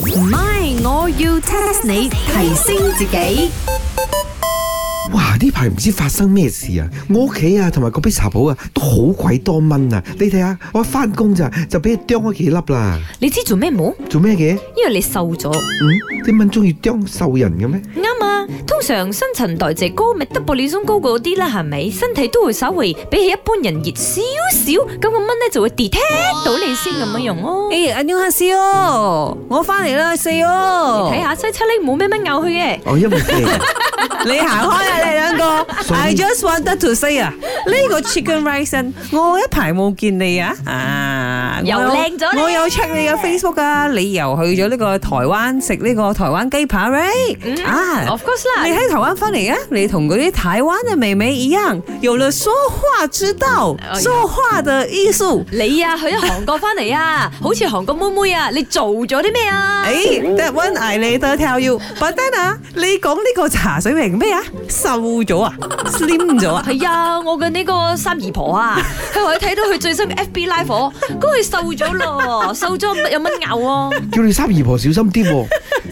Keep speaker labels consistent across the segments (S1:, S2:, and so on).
S1: 唔係，我要 test 你提升自己。
S2: 哇！呢排唔知發生咩事啊！我屋企啊，同埋嗰杯茶鋪啊，都好鬼多蚊啊！你睇下，我翻工咋就俾佢啄咗幾粒啦。
S3: 你知做咩冇？
S2: 做咩嘅？
S3: 因為你瘦咗，
S2: 嗯，啲蚊中意啄瘦人嘅咩？
S3: 啱啊。通常新陳代謝高，咪得 o u b 高嗰啲啦，係咪？身體都會稍微比起一般人熱少少，咁個蚊咧就會 detect 到你先咁樣樣咯。
S1: 誒，阿 New 哈哦，我翻嚟啦，四哦，
S3: 睇下西七呢，冇咩蚊咬佢嘅。
S2: 哦，因為 嘅
S1: 你行開啊，你兩個
S2: Sorry
S1: ，I just wanted to say 啊，呢個 chicken rice，我一排冇見你啊，啊，我有
S3: 又靚咗你
S1: 我有 check 你嘅 Facebook 啊，你又去咗呢個台灣食呢個台灣雞扒
S3: Ừ.
S1: right 啊。
S3: Of course
S1: 你
S3: 啦，
S1: 喺台灣翻嚟啊？你同嗰啲台灣嘅妹妹一樣，有了說話之道，
S3: 呀
S1: 說話的藝術。
S3: 你啊去咗韓國翻嚟啊，好似韓國妹妹啊，你做咗啲咩啊？
S1: 诶，that one I later tell you。But then 啊，你講呢個茶水明咩啊？瘦咗啊，slim 咗啊？
S3: 係啊，我嘅呢個三姨 婆啊，佢話佢睇到佢最新嘅 FB live 火，嗰個佢瘦咗咯，瘦咗有蚊咬啊。
S2: 叫你三姨婆小心啲喎，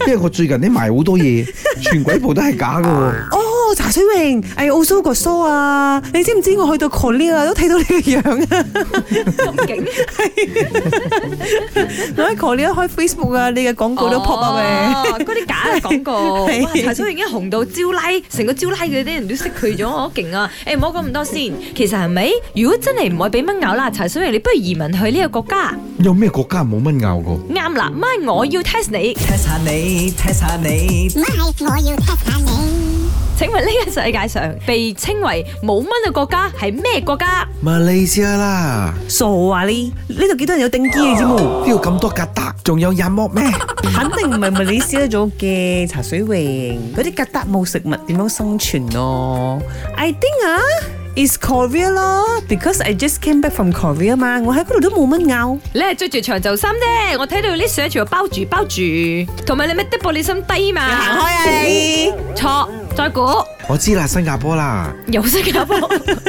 S2: 因為我最近咧賣好多嘢，全鬼部都係假嘅喎。
S1: 哦，茶水明，哎，澳洲個梳啊！你知唔知我去到 Korea 都睇到你個樣啊？
S3: 咁勁
S1: 我喺 Korea 開 Facebook 啊，你嘅廣告都 pop up 嘅。
S3: 哦嗰啲假 嘅廣告，
S1: 係
S3: 哇！茶水已經紅到招拉，成個招拉嗰啲人都識佢咗，我好勁啊！誒，唔好講咁多先。其實係咪？如果真係唔愛俾蚊咬啦，茶水你不如移民去呢個國家。
S2: 有咩國家冇蚊咬過？
S3: 啱啦，咪我要 test 你。
S4: test 下你，test 下你
S5: 咪，我要 test 下你。
S3: 請問呢個世界上被稱為冇蚊嘅國家係咩國家？
S2: 馬來西亞啦，
S1: 傻啊你！呢度幾多人有定機嘅啫冇？
S2: 呢度咁多曱甴，仲有眼膜咩？
S1: 肯定唔係咪你燒咗嘅茶水榮嗰啲曱甴冇食物點樣生存咯？I think 啊，is Korea 咯，because I just came back from Korea 嘛，我喺嗰度都冇乜咬。
S3: 你係着住長袖衫啫，我睇到啲水全部包住包住，同埋你咩的玻璃心低嘛？
S1: 行開啊你！
S3: 錯，再估
S2: 我知啦，新加坡啦，
S3: 有識嘅
S2: 嗰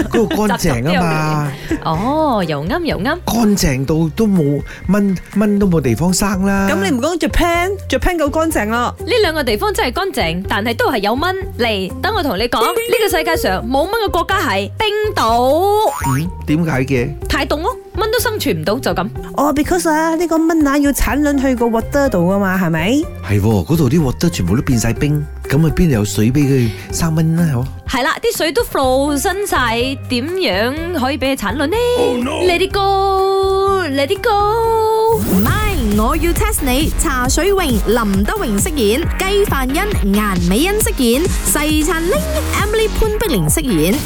S2: 度乾淨啊嘛，
S3: 哦，又啱又啱。
S2: 乾淨到都冇蚊，蚊都冇地方生啦。
S1: 咁你唔講 Japan，Japan 夠乾淨咯。
S3: 呢兩個地方真係乾淨，但係都係有蚊嚟。等我同你講，呢、個世界上冇蚊嘅國家係冰島，
S2: 嗯點解嘅？
S3: 太凍咯，蚊都生存唔到就咁。
S1: 哦、b e c a u s e 啊，呢個蚊乸要產卵去個 water 度啊噶嘛，係咪？
S2: 係喎，嗰度啲獲得全部都變晒冰，咁啊邊度有水俾佢生蚊啦？係嘛
S3: 係啦，啲水都 frozen 晒，點樣可以俾佢產卵呢 Let it go，Let it go。
S6: 唔係，我要 test 你。茶水榮、林德榮飾演，雞凡欣、顏美欣飾演，細陳玲、Emily 潘碧玲飾演。